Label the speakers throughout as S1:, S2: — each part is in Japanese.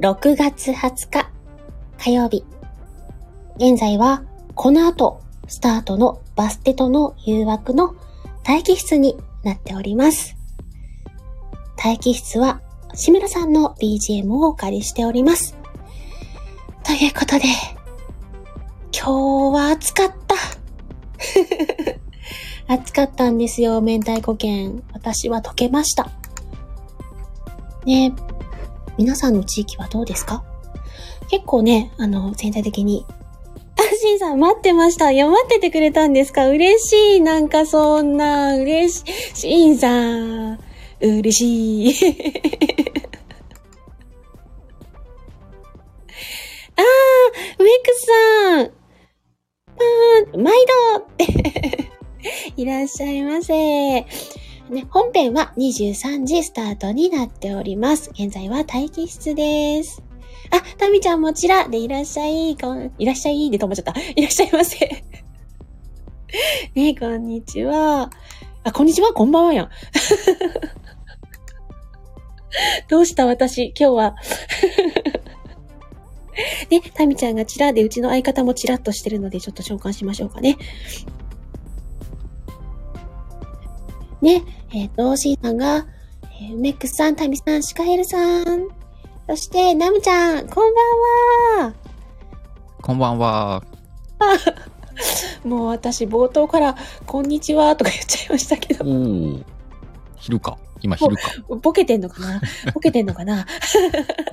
S1: 6月20日火曜日。現在はこの後スタートのバステとの誘惑の待機室になっております。待機室は志村さんの BGM をお借りしております。ということで、今日は暑かった。 暑かったんですよ、明太子券。私は溶けました。ねえ皆さんの地域はどうですか結構ね、あの、全体的に。あ、シーさん待ってました。いや、待っててくれたんですか嬉しい。なんかそんな、嬉しい。シーンさん、嬉しい。あー、ウェクさん、パーン、毎度 いらっしゃいませ。ね、本編は23時スタートになっております。現在は待機室です。あ、タミちゃんもちらでいらっしゃい。こんいらっしゃいで止まっちゃった。 いらっしゃいませ。 ね、こんにちは。あ、こんにちは、こんばんは やん。どうした私、今日は。 ね、タミちゃんがちらで、うちの相方もちらっとしてるので、ちょっと召喚しましょうかね。ね、えっ、と、シーさんが、えー、梅ックスさん、タミさん、シカヘルさん、そして、ナムちゃん、こんばんは。
S2: こんばんは。
S1: もう私、冒頭から、こんにちは、とか言っちゃいましたけど、
S2: おお。昼か。今 昼か。
S1: ボケてんのかなボケてんのかな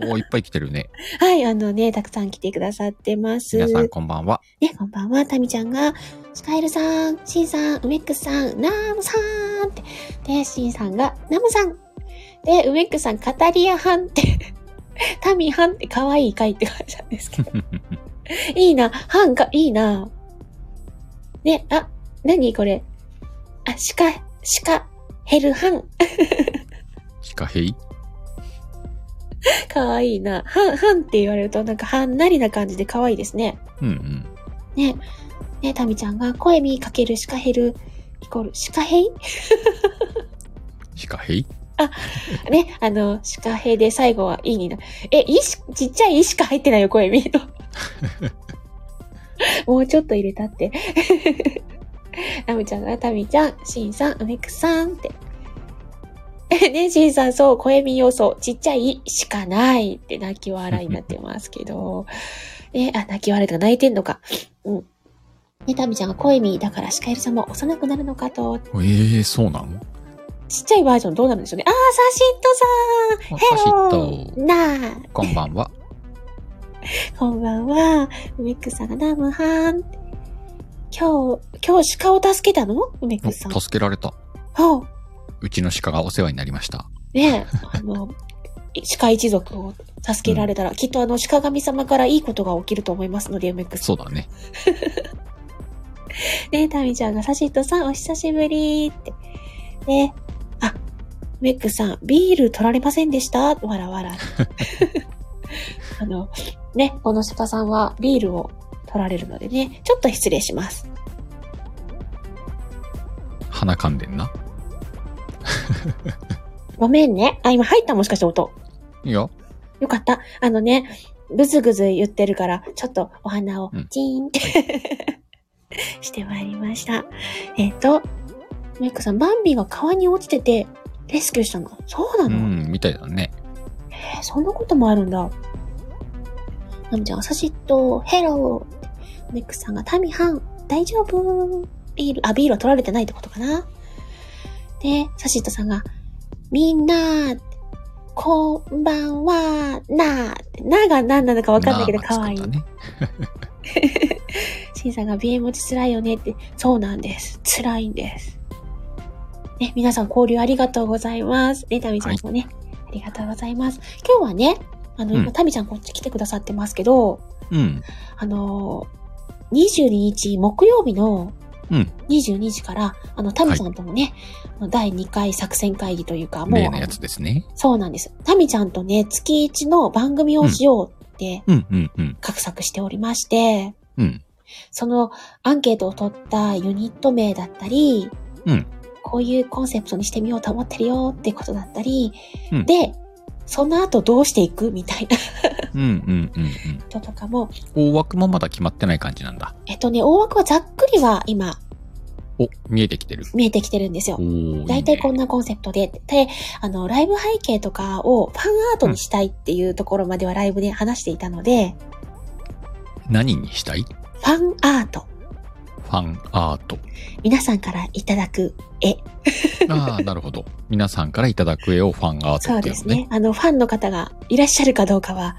S2: おお、いっぱい来てるね。
S1: はい、あのね、たくさん来てくださってます。
S2: 皆さんこんばんは。
S1: ね、こんばんは、タミちゃんが、シカエルさん、シンさん、ウメックスさん、ナムさんって。で、シンさんが、ナムさん。で、ウメックスさん、カタリアハンって。タミハンって可愛い回って感じなんですけど。いいな、ハンか、いいな。ね、あ、なにこれ。あ、シカ、シカ、ヘルハン。
S2: シカヘイ
S1: 可愛いな。ハン、ハンって言われるとなんかはんなりな感じで可愛いですね。
S2: うんうん。
S1: ね、ね、タミちゃんが、声にかけるシカヘル、イコール、シカヘイ
S2: シカヘイ
S1: ね、あの、シカヘイで最後は、イにな、え、イし、ちっちゃいイしか入ってないよ、声見ると。もうちょっと入れたって。 ラムちゃんが、タミちゃん、シンさん、梅クさんって。え ね、シンさん、そう、声見要素、ちっちゃいしかないって泣き笑いになってますけど。 ね、あ、泣き笑いとか泣いてんのか。うん。ね、タミちゃんが声見、だからシカエルさんも幼くなるのかと、
S2: えー、そうなの
S1: ちっちゃいバージョンどうなるんでしょうね。あー、サシットさん
S2: あ
S1: ヘロ
S2: サシッ
S1: ーなあ
S2: こんばんは。
S1: こんばんは。梅くさんがナムハン。今日、今日鹿を助けたの梅
S2: お
S1: くさん。
S2: 助けられた。
S1: お
S2: うちの鹿がお世話になりました。
S1: ねえ、あの、 鹿一族を助けられたら、きっとあの鹿神様からいいことが起きると思いますので、梅くさん。
S2: そうだね。
S1: ねえ、タミちゃんがサシットさんお久しぶりって。ねえ、あ、メックさん、ビール取られませんでしたわらわ ら。あの、ね、この鹿さんはビールを取られるのでね、ちょっと失礼します。
S2: 鼻かんでんな。
S1: ごめんね。あ、今入ったもしかして音。
S2: いいよ。
S1: よかった。あのね、ぐずぐず言ってるから、ちょっとお花を
S2: うん
S1: チーンって、 してまいりました。えっ、と、メックさん、バンビが川に落ちてて、レスキューしたの。そうな
S2: う
S1: の、
S2: ん、みたいだね。
S1: えそんなこともあるんだ。ナムちゃん、サシット、ヘロー。メックさんが、タミハン、大丈夫ビール、あ、ビールは取られてないってことかな。で、サシットさんが、みんな、こんばんは、なー、なが何なのかわかんないけど、
S2: なあ
S1: かわいい
S2: まあ。作ったね
S1: シンさんが BM 落ち辛いよねって、そうなんです。辛いんです。ね、皆さん交流ありがとうございます。ね、タミちゃんもね、ありがとうございます。今日はね、あの、
S2: うん
S1: 今、タミちゃんこっち来てくださってますけど、
S2: うん。
S1: あのー、22日木曜日の
S2: うん。
S1: 22時から、あの、タミちゃんともね、あの第2回作戦会議というか、もう、
S2: 例のやつですね。
S1: そうなんです。タミちゃんとね、月1の番組をしようって、
S2: うんうんうん。
S1: 画策しておりまして、
S2: うん。
S1: そのアンケートを取ったユニット名だったり、
S2: うん
S1: こういうコンセプトにしてみようと思ってるよってことだったり、
S2: うん
S1: で、その後どうしていくみたいな
S2: うんうんうんうん。
S1: 人とかも、
S2: 大枠もまだ決まってない感じなんだ。
S1: えっとね、大枠はざっくりは今
S2: お、見えてきてる。
S1: 見えてきてるんですよ。
S2: お
S1: 大体こん
S2: な。
S1: なコンセプトで。で、あの、ライブ背景とかをファンアートにしたいっていうところまではライブで話していたので、
S2: 何にしたい
S1: ファンアート。
S2: ファンアート。
S1: 皆さんからいただく絵。
S2: ああ、なるほど。皆さんからいただく絵をファンアー
S1: そ
S2: ト
S1: う
S2: っ
S1: で
S2: ていうの
S1: す
S2: ね。
S1: ね。あの、ファンの方がいらっしゃるかどうか は、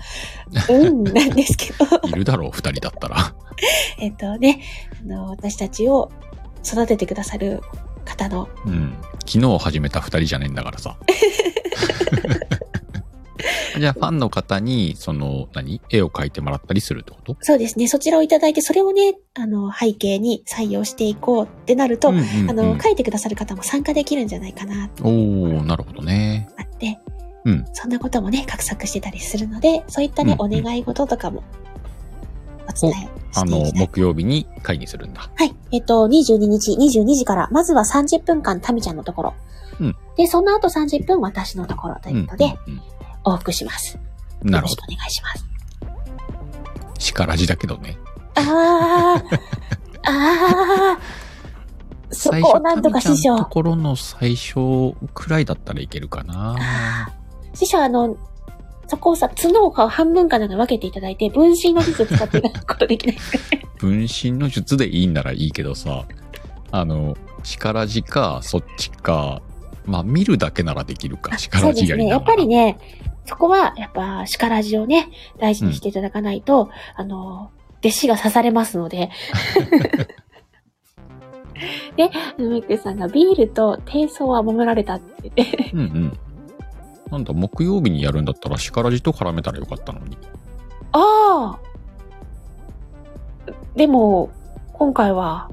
S1: うん、なんですけど、
S2: いるだろう、二人だったら。
S1: えっとね、あの、私たちを育ててくださる方の、
S2: うん。昨日始めた二人じゃねえんだか らさ。じゃあ、ファンの方に、その、何絵を描いてもらったりするってこと
S1: そうですね、そちらをいただいて、それをね、あの、背景に採用していこうってなると、
S2: うんうんうん
S1: あの、書いてくださる方も参加できるんじゃないかなと
S2: おおなるほどね。
S1: 思って、
S2: うん
S1: そんなこともね、画策してたりするので、そういったね、
S2: うんうん
S1: お願い事とかも、お伝え
S2: あ
S1: してい
S2: の
S1: き、たい。
S2: 木曜日に会議するんだ。
S1: はい。えっと、22日、22時から、まずは30分間、タミちゃんのところ。
S2: うん
S1: で、その後30分、私のところと
S2: う
S1: いうんことで、
S2: うん
S1: 往復します。
S2: うんなるほ
S1: よ
S2: ど。
S1: ろしくお願いします。
S2: 力じだけどね。
S1: あー、あー、そこをなんとか師
S2: タミちゃんの
S1: 匠
S2: と。ころの最初くらいだったらいけるかな。
S1: 師匠、あの、そこをさ、角を半分かなんか分けていただいて、分身の術使っていただくことできないですか
S2: 分身の術でいいんならいいけどさ、あの、力じか、そっちか、まあ見るだけならできるか、
S1: そ
S2: 力
S1: うで
S2: じ
S1: す
S2: やり
S1: ね。や
S2: な
S1: っ
S2: が
S1: ぱ
S2: ら。
S1: りね、そこは、やっぱ、力地をね、大事にしていただかないと、あの、弟子が刺されますの で。で、メックさんがビールと低層は守られたって言って、
S2: うんうん。なんだ、木曜日にやるんだったら力じと絡めたらよかったのに。
S1: ああでも、今回 は、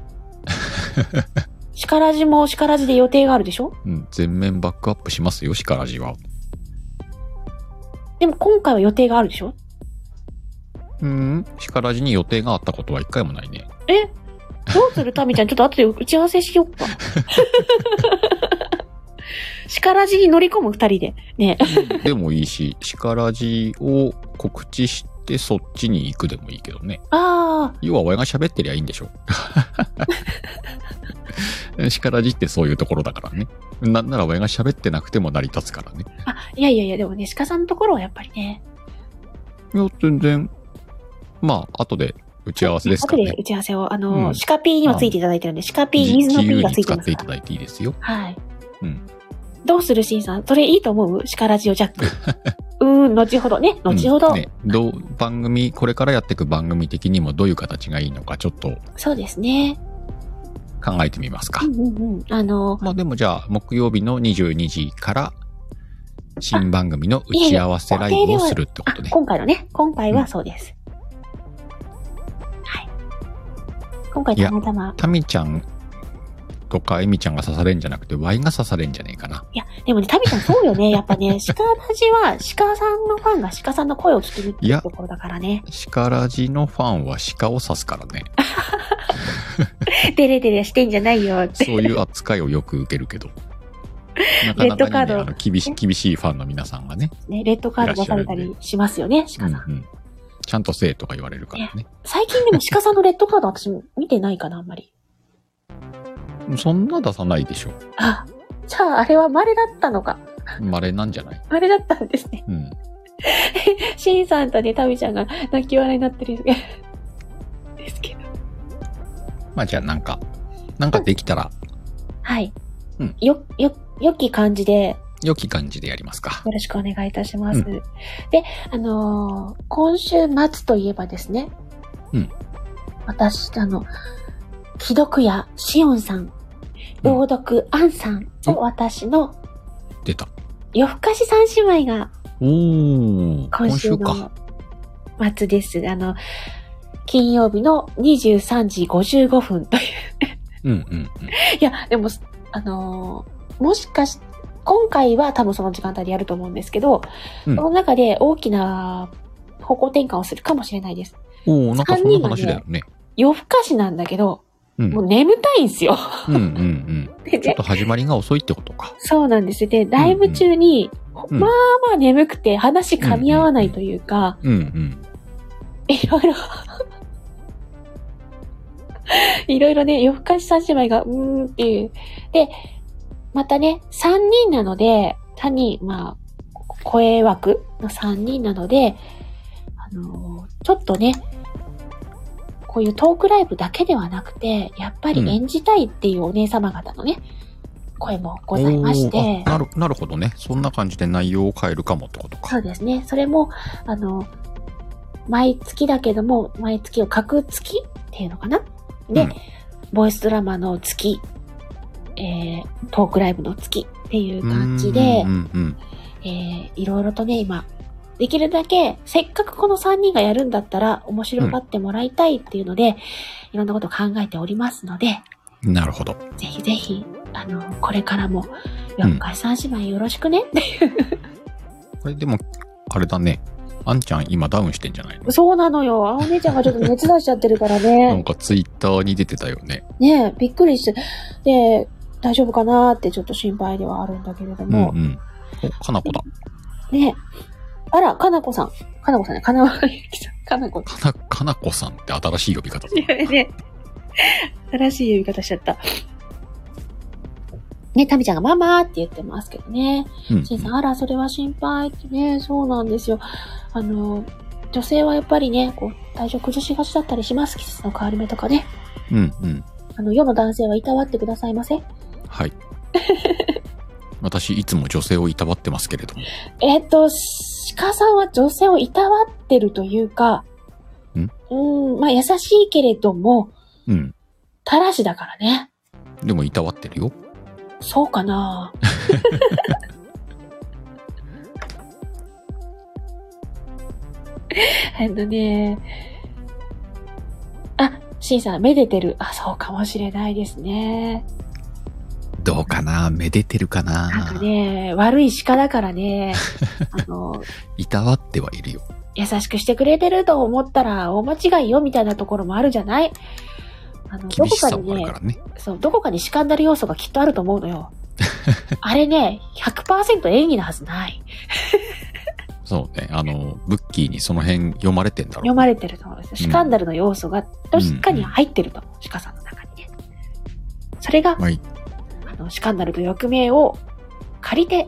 S1: 力地も力地で予定があるでしょ
S2: うん、全面バックアップしますよ、力じは。
S1: でも今回は予定があるでしょ
S2: うん、力じに予定があったことは一回もないね。
S1: えどうするタミちゃん、ちょっと後で打ち合わせしよっか。力地に乗り込む二人で。ね。
S2: でもいいし、力じを告知してそっちに行くでもいいけどね。
S1: あ
S2: 要は親が喋ってりゃいいんでしょ 力じってそういうところだからね。なんなら親が喋ってなくても成り立つからね。
S1: あ。あ、いやいやいや、でもね、鹿さんのところはやっぱりね。
S2: いや、全然。まあ、後で打ち合わせですか
S1: 後
S2: ら
S1: で
S2: ね。
S1: 打ち合わせを、あの、
S2: うん
S1: 鹿 P にはついていただいてるんで、鹿 P、
S2: じ
S1: 水の
S2: 自
S1: P
S2: 由
S1: が
S2: に
S1: つい
S2: 使
S1: て
S2: っ
S1: ます
S2: てい
S1: か
S2: た
S1: ら。
S2: だいていいですよ。
S1: はい。
S2: うん。
S1: どうするシンさんそれいいと思う力地をジャッ ク。うーん、後ほどね。後ほど。
S2: うんね、どう、番組、これからやっていく番組的にもどういう形がいいのかちょっと
S1: そうですね。
S2: 考えてみますか
S1: う。んうんうん。あの、
S2: まあでもじゃあ、木曜日の22時から、新番組の打ち合わせライブをするってこ
S1: あ
S2: とね。
S1: 今回のね、今回
S2: う
S1: は
S2: ん
S1: そうです。はい。今回
S2: いや
S1: たまたま、
S2: タミちゃんとかエミちゃんが刺されんじゃなくて、ワインが刺されんじゃねえかな。
S1: いや、でもね、タミちゃんそうよね。やっぱ ね、鹿ラジは、鹿さんのファンが鹿さんの声を聞きに
S2: い
S1: 行
S2: や
S1: くところだからね。
S2: 鹿ラジのファンは鹿を刺すから ね。
S1: デレデレしてんじゃないよって。
S2: そういう扱いをよく受けるけど。なかなか
S1: レッドカー
S2: にね、
S1: ド
S2: あの厳し厳しいファンの皆さんがね。
S1: ね、レッドカード出されたりしますよね、
S2: うん
S1: 鹿
S2: う
S1: さん。
S2: ん。ちゃんとせえとか言われるからね。
S1: 最近でも鹿さんのレッドカード私見てないかな、あんまり。
S2: そんな出さないでしょ。
S1: あ、じゃああれは稀だったのか。
S2: 稀なんじゃない
S1: 稀だったんですね。
S2: うん。
S1: シンさんとね、タミちゃんが泣き笑いになってる。ですけど。
S2: まあじゃあなんか、なんかできたら、
S1: はい。
S2: うん
S1: よ、よ、良き感じで
S2: 良き感じでやりますか。
S1: よろしくお願いいたします。
S2: う
S1: で、あのー今週末といえばですね。
S2: うん
S1: 私、あの、既読やしおんさん、
S2: うん
S1: 朗読あんさんと
S2: お
S1: 私の
S2: 出た。
S1: 夜更かし三姉妹が
S2: おー、
S1: 今
S2: 今
S1: 週
S2: 週か。
S1: の末です。あの、金曜日の23時55分という。
S2: うんうんうん。
S1: いや、でも、あのーもしかし、今回は多分その時間帯でやると思うんですけど、
S2: うん
S1: その中で大きな方向転換をするかもしれないです。
S2: おー、なんかそんな話だよね。
S1: 夜更かしなんだけど、
S2: うん。
S1: もう眠たいんですよ。
S2: うんうんうん。
S1: で
S2: ちょっ
S1: ね
S2: と始まりが遅いってことか。
S1: そうなんです。で、ライブ中に、
S2: うん
S1: まあまあ眠くて話噛み合わないというか、
S2: うんうん。
S1: いろいろ、いろいろね、夜更かし三姉妹が、うーんっていう。で、またね、三人なので、他人、まあ、声枠の三人なので、あのーちょっとね、こういうトークライブだけではなくて、やっぱり演じたいっていうお姉様方のね、声もございまし
S2: お
S1: て
S2: ーあ。なる、なるほどね。そんな感じで内容を変えるかもってこと
S1: そ
S2: か。
S1: うですね。それも、あの、毎月だけども、毎月を各月っていうのかなで、
S2: うん
S1: ボイスドラマの月、えー、トークライブの月っていう感じで、
S2: うんうん
S1: えー、いろいろとね、今、できるだけ、せっかくこの3人がやるんだったら、面白がってもらいたいっていうので、いろんなことを考えておりますので、
S2: うん。なるほど。
S1: ぜひぜひ、あの、これからも、4回三姉妹よろしくね。
S2: これでも、あれだね。あんちゃん今ダウンしてんじゃないの
S1: そうなのよ。あお姉ちゃんがちょっと熱出しちゃってるからね。
S2: なんかツイッターに出てたよね。
S1: ねえ、びっくりして、で、大丈夫かなーってちょっと心配ではあるんだけれど
S2: うん
S1: も、
S2: うん。お、かなこだ。
S1: ねえ、あら、かなこさん、かなこさんね、かなわゆきさん、か なこ。
S2: かな、かなこさんって新しい呼び方だ。
S1: ね、新しい呼び方しちゃった。ね、タミちゃんがママーって言ってますけどね。
S2: うんうん
S1: しんさん、あら、それは心配ってね、そうなんですよ。あの、女性はやっぱりね、こう、体調崩しがちだったりします。季節の変わり目とかね。
S2: うんうん。
S1: あの、世の男性はいたわってくださいませ。
S2: はい。 私、いつも女性をいたわってますけれども。
S1: えっと、鹿さんは女性をいたわってるというか、
S2: ん
S1: うん、まあ優しいけれども、
S2: うん。
S1: たらしだからね。
S2: でも、いたわってるよ。
S1: そうかなあのね、あ、シンさん、めでてる。あ、そうかもしれないですね。
S2: どうかなめでてるかな
S1: なんかね、悪い鹿だからね、あの、
S2: いたわってはいるよ。
S1: 優しくしてくれてると思ったら大間違いよみたいなところもあるじゃないあの、ど
S2: 厳
S1: こ
S2: し
S1: か
S2: さ
S1: に
S2: もあるか
S1: ね、
S2: らね。
S1: そう、どこかにシカンダル要素がきっとあると思うの よ。あれね、100%演技なはずない。
S2: そうね。あの、ブッキーにその辺読まれてんだろう。
S1: 読まれてると思うんですよ。シカンダルの要素が確かに入ってると思う。鹿さんの中にね。それが、
S2: まあい
S1: あの、シカンダルという役名を借りて、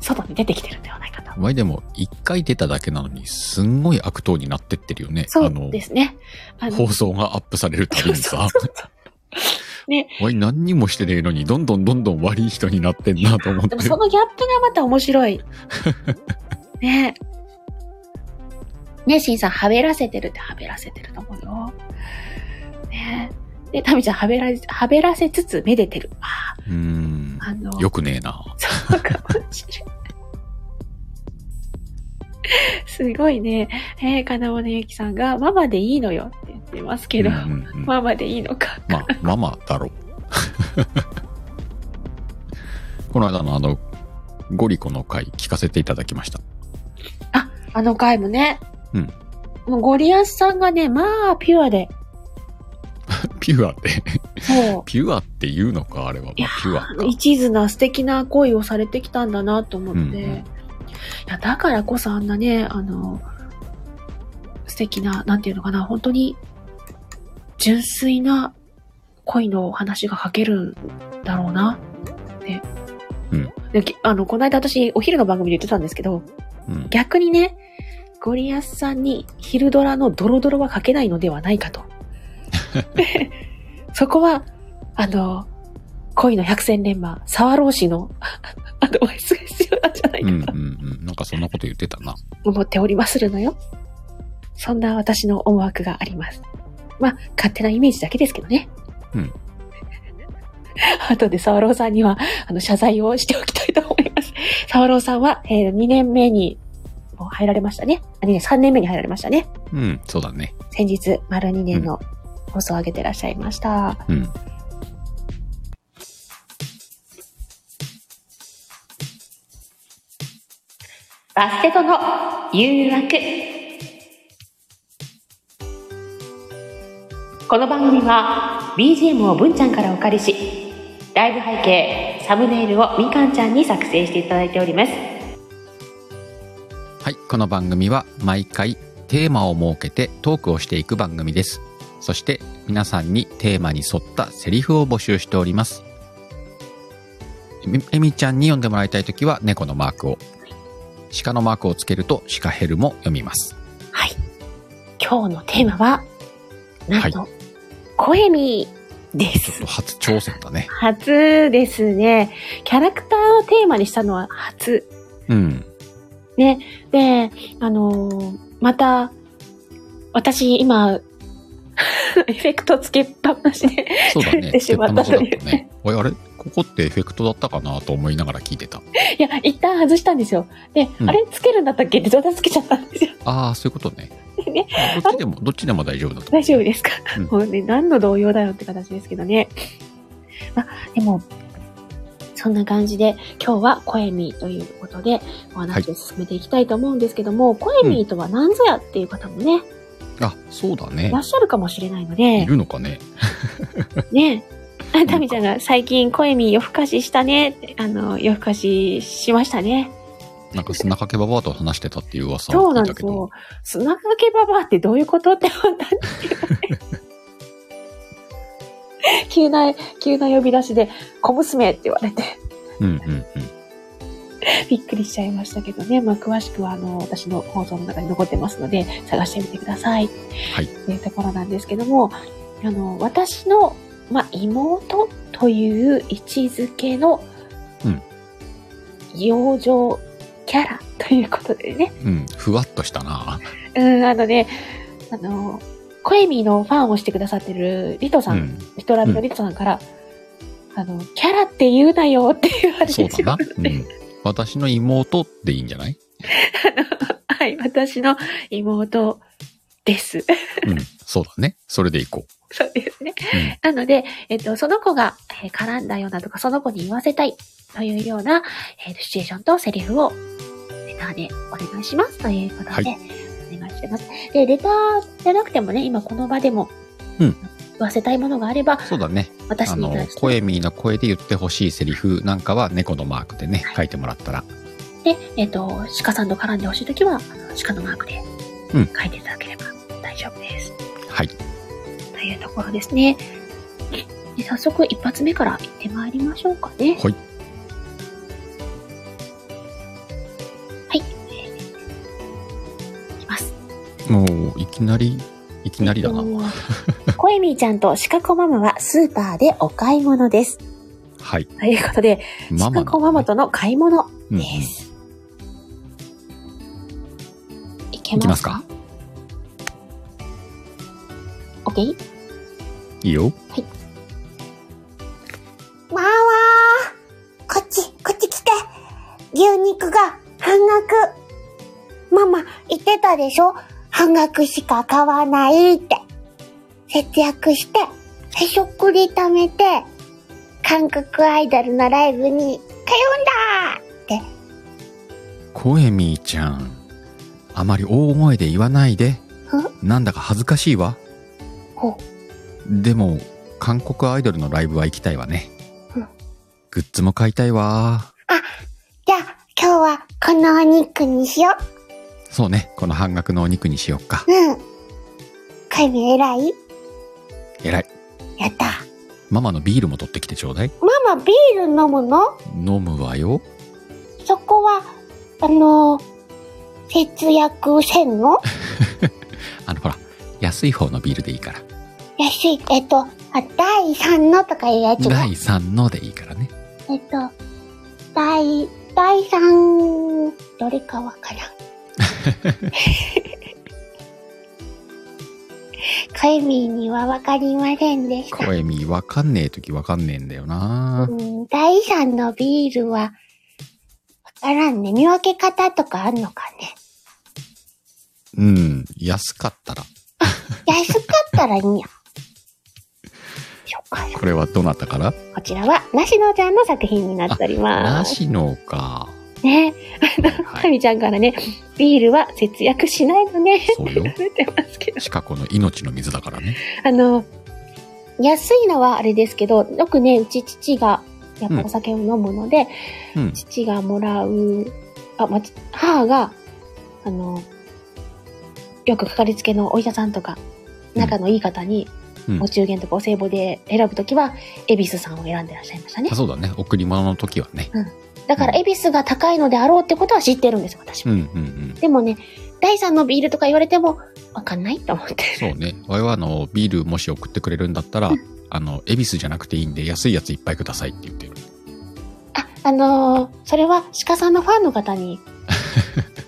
S1: 外に出てきてるんではないかと。
S2: 前でも、一回出ただけなのに、すんごい悪党になってってるよね。
S1: そ
S2: あの
S1: うですね。あ
S2: 放送がアップされるたびに
S1: そ
S2: さ
S1: う、そうそう
S2: おい、何にもしてねえのに、どんどんどんどん悪い人になってんなと思って
S1: でも。そのギャップがまた面白 い。ねえ。ねえ、しんさん、はべらせてるってはべらせてると思うよ。ねえ。で、たみちゃん、はべら、はべらせつつ、めでてる。あ
S2: うーん
S1: あ、。あの、
S2: よくねえな。
S1: そうかもしれない。 すごいね。えー、金物ゆきさんが、ママでいいのよって言ってますけど、
S2: うんうんうんま
S1: ママでいいのか。
S2: あ、ママだろう。 この間のあの、ゴリコの回聞かせていただきました。
S1: あの回もね。
S2: うん。
S1: もうゴリアスさんがね、まあ、ピュアで。
S2: ピュアって、
S1: そう。
S2: ピュアって言うのか、あれは。まあ、
S1: い
S2: ピ
S1: や
S2: ュアか。
S1: 一途な素敵な恋をされてきたんだなと思って、
S2: うんうん
S1: いやだからこそあんなねあの素敵ななんていうのかな本当に純粋な恋のお話が書けるんだろうなね、
S2: うん
S1: できあのこの間私お昼の番組で言ってたんですけど
S2: うん。
S1: 逆にねゴリアスさんに昼ドラのドロドロは書けないのではないか とそこはあの恋の百戦錬磨、沢老氏の アドバイスが必要なんじゃない
S2: うんう
S1: か
S2: んうん。なんかそんなこと言ってたな。
S1: と思っておりまするのよ。そんな私の思惑があります。まあ、勝手なイメージだけですけどね。
S2: うん。
S1: 後で沢老さんには、あの、謝罪をしておきたいと思います。沢老さんは、え2年目に、もう入られましたね。あ、2年、3年目に入られましたね。
S2: うん、そうだね。
S1: 先日、丸2年の放送を上げてらっしゃいました。
S2: うん。
S1: バステとの誘惑。この番組は BGM を文ちゃんからお借りし、ライブ背景、サムネイルをみかんちゃんに作成していただいております。
S2: はい、この番組は毎回テーマを設けてトークをしていく番組です。そして皆さんにテーマに沿ったセリフを募集しております。みえみちゃんに読んでもらいたいときは猫のマークを。鹿のマークをつけると鹿ヘルも読みます。
S1: はい。今日のテーマは、なんと、声にで
S2: ちょっ
S1: す。
S2: と初挑戦だね。
S1: 初ですね。キャラクターをテーマにしたのは初。
S2: うん。
S1: で、あのーまた、私今、 エフェクトつけっぱなしで。
S2: そうだね。
S1: ってしまった
S2: 鉄板の子だったね。おい、あれここってエフェクトだったかなと思いながら聞いてた。
S1: いや、一旦外したんですよ。で、
S2: うん
S1: あれつけるんだったっけってまたつけちゃったんですよ。
S2: ああ、そういうことね。
S1: ね
S2: どっちでも、どっちでも大丈夫だと思
S1: 大
S2: う
S1: 丈夫ですか、
S2: うん
S1: もうね、何の動揺だよって形ですけどね。まあ、でも、そんな感じで、今日はコエミーということで、お話を進めていきたいと思うんですけども、コエミーとは何ぞやっていう方もね、
S2: あ、そうだ
S1: い
S2: ね
S1: ら。っしゃるかもしれないの
S2: い
S1: で、
S2: るのかね。
S1: ね。あ、タミちゃんが最近コエミー夜更かししたねって、あの、夜更かししましたね。
S2: なんか砂かけばばあと話してたっていう噂
S1: そう
S2: を
S1: なん
S2: 聞い
S1: で
S2: た
S1: す
S2: けど
S1: よ。。砂かけババアってどういうことって思ったんですけどね。 急な、急な呼び出しで、小娘って言われて、
S2: うんうんうん。
S1: びっくりしちゃいましたけどね。まあ、詳しくは、あの、私の放送の中に残ってますので、探してみてください。
S2: はい
S1: というところなんですけども、あの、私の、まあ、妹という位置づけの、
S2: うん
S1: 養生キャラということでね。
S2: うん。ふわっとしたな。
S1: うん、あのね、あの、コエミのファンをしてくださってるリト
S2: う
S1: さん、
S2: ん。
S1: リトラミのリトさんから、あの、キャラって言うなよって言われて
S2: そうだ
S1: しま
S2: な
S1: っ。て、
S2: うん。私の妹っていいんじゃない
S1: はい、私の妹です。
S2: うん。そうだね。それでいこ
S1: そうですね。
S2: う。うん。
S1: なので、えっと、その子が、えー絡んだようなとか、その子に言わせたいというような、えーシチュエーションとセリフをレターでお願いしますということで、
S2: はい
S1: お願いします。で、レターじゃなくてもね、今この場でも、
S2: うん
S1: 言わせたいものがあれば、
S2: そうだね。
S1: 私
S2: あ
S1: に
S2: の
S1: 対し、て。
S2: 声ミーの声で言ってほしいセリフなんかは猫のマークでね、書いてもらったら。
S1: で、えっ、と、鹿さんと絡んでほしいときは、あの鹿のマークで
S2: うん
S1: 書いていただければ大丈夫です。
S2: はい。
S1: というところですね。で早速、一発目から行ってまいりましょうかね。
S2: はい。
S1: はい。えーいきます。
S2: もう、いきなり、いきなりだな。
S1: えっと。コエミーちゃんとシカコママはスーパーでお買い物 です。
S2: はい。
S1: ということで、
S2: ママ
S1: シカコママとの買い物
S2: うんうん
S1: です。いけ
S2: いき
S1: ま
S2: ますす
S1: か
S2: か
S1: ?OK?
S2: いいよ。
S3: まあわーこっち、こっち来て牛肉が半額ママ、言ってたでしょ半額しか買わないって。節約して、へしょくり貯めて、韓国アイドルのライブに通うんだーって。
S2: 声みーちゃんあまり大声で言わないでなんだか恥ずかしいわ
S3: ほ
S2: でも韓国アイドルのライブは行きたいわね
S3: ふ
S2: グッズも買いたいわ
S3: じゃあ、今日はこのお肉にしよ
S2: そうねこの半額のお肉にしよっか
S3: う。うん。かいみ偉い
S2: えらい
S3: やった。
S2: ママのビールも取ってきてちょうだい
S3: ママ、ビール飲むの
S2: 飲むわよ
S3: そこは、あの節約せんの
S2: あのほら安い方のビールでいいから
S3: 安い、えっと、あ、第3のとかいうやつだ。
S2: 第3のでいいからね
S3: えっと、第、第3、どれかわからん。かゆみにはわかりませんでした。
S2: 声みーわかんねえ時わかんねえんだよな
S3: うん、第3のビールは、わからんね。見分け方とかあんのかね。
S2: うん安かったら
S3: 安かったらいいんや。そっか。
S2: これはどなたから
S3: こちらは、なしのちゃんの作品になっており
S2: な
S3: ます。
S2: しのか
S1: ね。
S2: は
S1: かみちゃんからね、ビールは節約しないのね。
S2: そうよ
S1: 言われてますけど。
S2: シカ子の命の水だからね。
S1: あの、安いのはあれですけど、よくね、うち父が、やっぱお酒を飲むので、
S2: うん。
S1: 父がもらう、あ、ま、ち母があの、よくかかりつけのお医者さんとか、仲のいい方に、
S2: うん
S1: お中元とかお歳暮で選ぶときは、恵比寿さんを選んでらっしゃいましたね
S2: あ。そうだね。贈り物の時はね。
S1: だから、恵比寿が高いのであろうってことは知ってるんです、私
S2: う
S1: も。
S2: んうんうん。
S1: でもね、第3のビールとか言われても、わかんないと思って。
S2: そうね。我々あの、ビールもし送ってくれるんだったら、あの、恵比寿じゃなくていいんで、安いやついっぱいくださいって言ってる。
S1: あ、あのーそれは鹿さんのファンの方 に。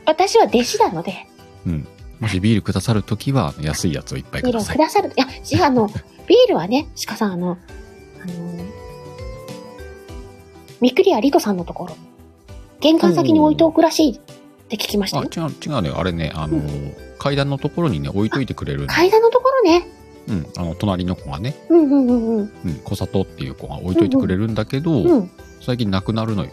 S1: 私は弟子なので、
S2: うん。もしビールくださるときは、安いやつをいっぱい
S1: ビ
S2: く
S1: ール
S2: だ
S1: を
S2: さ
S1: く
S2: い。
S1: ださる。いや、違う、あの、ビールはね、鹿さん、あの、あのーみくりやりとさんのところ、玄関先に置いておくらしいって聞きまし
S2: あ、
S1: たよ。
S2: 違う、違うね。あれね、あの、
S1: う
S2: 階段のところにね、置いといてくれるんで
S1: 階段のところね。
S2: うん。あの、隣の子がね、
S1: うんうんうんうん。
S2: うん、小里っていう子が置いといてくれるんだけど、
S1: うん。
S2: 最近なくなるのよ。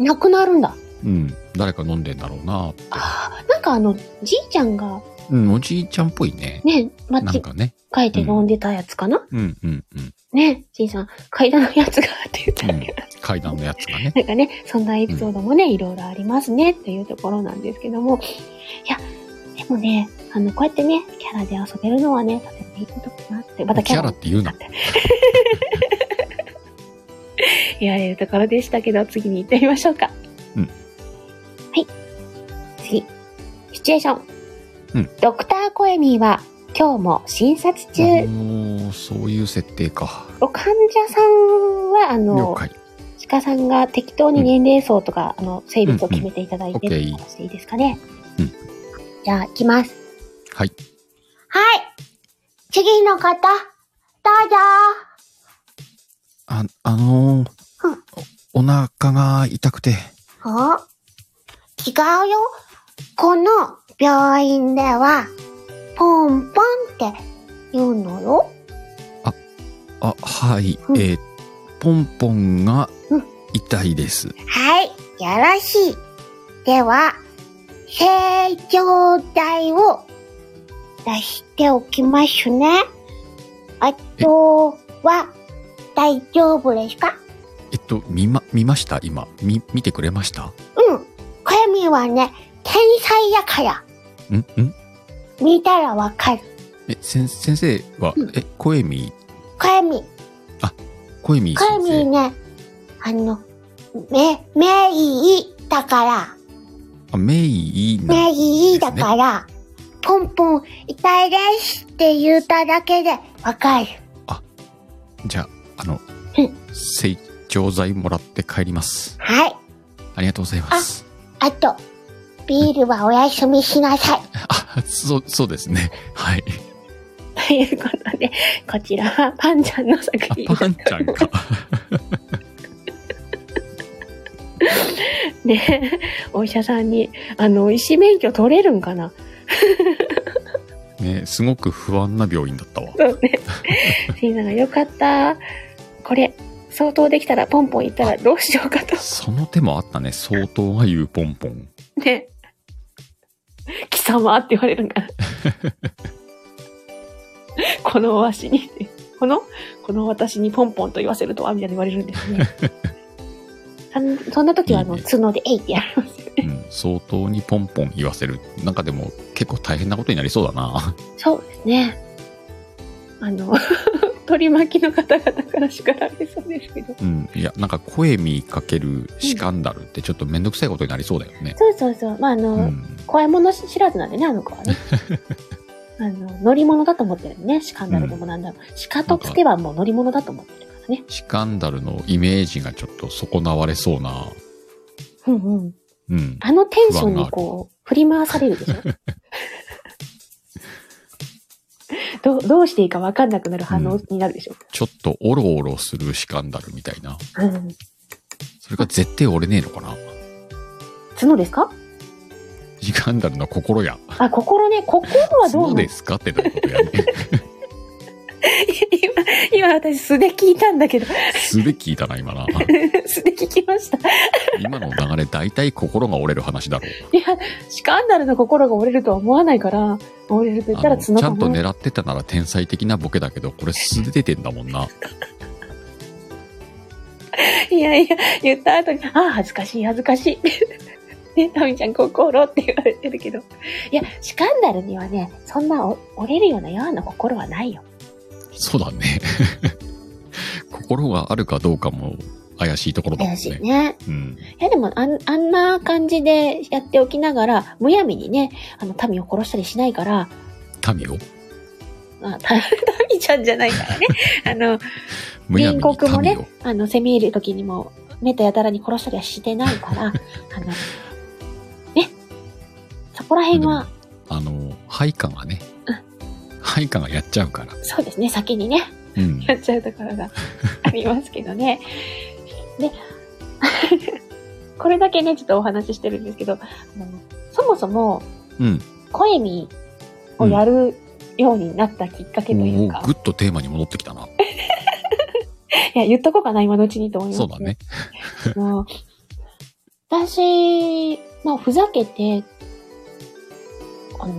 S1: なくなるんだ。
S2: うん。誰か飲んでんだろうな。
S1: あーなんかあの、じいちゃんが
S2: うん、おじいちゃんっぽいね。
S1: ね、間
S2: なん
S1: 違
S2: かね。
S1: えて飲んでたやつかな、
S2: うんうんうん。
S1: ね、じいさん、階段のやつがって言った
S2: う
S1: ら
S2: ん階段のやつがね。
S1: なんかね、そんなエピソードもね、いろいろありますね、というところなんですけども。いや、でもね、あの、こうやってね、キャラで遊べるのはね、とてもいいことかなって、またキ
S2: キ
S1: ャ
S2: ャ
S1: ラ
S2: ラっ
S1: って
S2: 言うな。
S1: て言われるところでしたけど、次に行ってみましょうか。
S2: うん
S1: はい。次。シチュエーション。
S2: うん
S1: ドクターコエミーは、今日も診察中。
S2: おーそういう設定か。
S1: お患者さんは、あ
S2: 了
S1: の、
S2: 解。
S1: 鹿さんが適当に年齢層とか、あの、性別を決めていただいて、
S2: うんうん
S1: とかしていいですかね。
S2: うん
S1: じゃあ、行きます。
S2: はい。
S3: はい。次の方、どうぞ。
S2: あ、あのー
S3: うん
S2: おお腹が痛くて。
S3: あ違うよ。この病院では、ポンポンって言うのよ。
S2: あ、はい。
S3: うん
S2: えーポンポンが
S3: うん
S2: 痛いです。
S3: はい、よろしい。では、成長剤を出しておきますね。あとは、大丈夫ですか
S2: えっと、見ま、見ました今。み、見てくれました
S3: うん。これみはね、天才やから、
S2: んん
S3: 見たらわかる。
S2: え、先、先生は、
S1: うん
S2: え、コエミ、
S3: これみ、
S2: コエミ
S3: これ
S2: 先
S3: み
S2: 生。
S3: ね、あの、め、名医だから、
S2: あ、メイな。
S3: 名医だから、ポンポン痛いですって言っただけでわかる。
S2: じゃあ、あの
S1: う、
S2: 成長剤もらって帰ります。
S3: はい。
S2: ありがとうございます。
S3: あと、ビールはお休みしなさい。
S2: あ、そう、そうですね。はい。
S1: ということで、こちらはパンちゃんの作品
S2: あ、パンちゃんか。
S1: ね。お医者さんに、あの、医師免許取れるんかな
S2: ね、すごく不安な病院だったわ。
S1: そうね。シンさんがよかった。これ、相当できたらポンポン行ったらどうしようかと。
S2: その手もあったね。相当が言うポンポン。
S1: ね。貴様って言われるん かな。このわしに、この、この私にポンポンと言わせるとは、みたいに言われるんです ね。そんそんな時は、あの、
S2: いいね
S1: 角で、えいってやる。
S2: うん、相当にポンポン言わせる。なんかでも結構大変なことになりそうだな。
S1: そうですね。あの、 取り巻きの方々から叱られそうですけど。
S2: うん。いや、なんか声見かけるシカンダルってちょっとめんどくさいことになりそうだよね。
S1: そうそうそう。まあ、あの、
S2: うん。
S1: 怖いもの知らずなんでね、あの子は ね。あの、乗り物だと思ってるんでね。鹿になるでもなんだろう。鹿と来てはもう乗り物だと思ってるからね。
S2: シカンダルのイメージがちょっと損なわれそうな。
S1: うんうん。
S2: うん。
S1: あのテンションにこう、振り回されるで しょどうどうしていいか分かんなくなる反応になるでしょ、
S2: ちょっとオロオロするシカンダルみたいな。
S1: うん
S2: それが絶対折れねえのかな。
S1: 角ですか
S2: シカンダルの心や。
S1: あ、心ね、心はどう
S2: そう
S1: なの
S2: ですかってなることやね。
S1: 今、今私素で聞いたんだけど、
S2: すべきだな、今な。
S1: 素で聞きました。
S2: 今の流れ、大体心が折れる話だろう。
S1: いや、シカンダルの心が折れるとは思わないから、折れると言った
S2: あ
S1: ら
S2: の
S1: 角
S2: ち
S1: か
S2: ゃんと
S1: な。
S2: 狙ってたなら天才的なボケだけど、これ素で出てんだもんな。
S1: いやいや、言った後に、ああ、恥ずかしい、恥ずかしい。ね、タミちゃん心って言われてるけど。いや、シカンダルにはね、そんなお折れるようなやわな心はないよ。
S2: そうだね。 心があるかどうかも怪しいところだもん
S1: 怪
S2: ね。
S1: しいね。
S2: うん。
S1: いやでもあん、あんな感じでやっておきながら、むやみにね、あの、民を殺したりしないから、
S2: 民を
S1: あ、た 民ちゃんじゃないからね。あの、
S2: むやみに
S1: 隣国も
S2: 民を
S1: ね。、あの、攻め入る時にも、目とやたらに殺したりはしてない から、あの、ね、そこら辺は、
S2: あの、配下がね
S1: うん、
S2: 配下がやっちゃうから。
S1: そうですね、先にね、
S2: うん。
S1: やっちゃうところ がありますけどね。で、 これだけね、ちょっとお話ししてるんですけど、あのそもそも、
S2: うん。
S1: 声にをやるようになったきっかけとい
S2: も
S1: う
S2: う
S1: か、
S2: ぐっとテーマに戻ってきたな。
S1: いや、言っとこうかな、今のうちにと思います、
S2: そうだね。
S1: もう私、まあ、ふざけて、あの、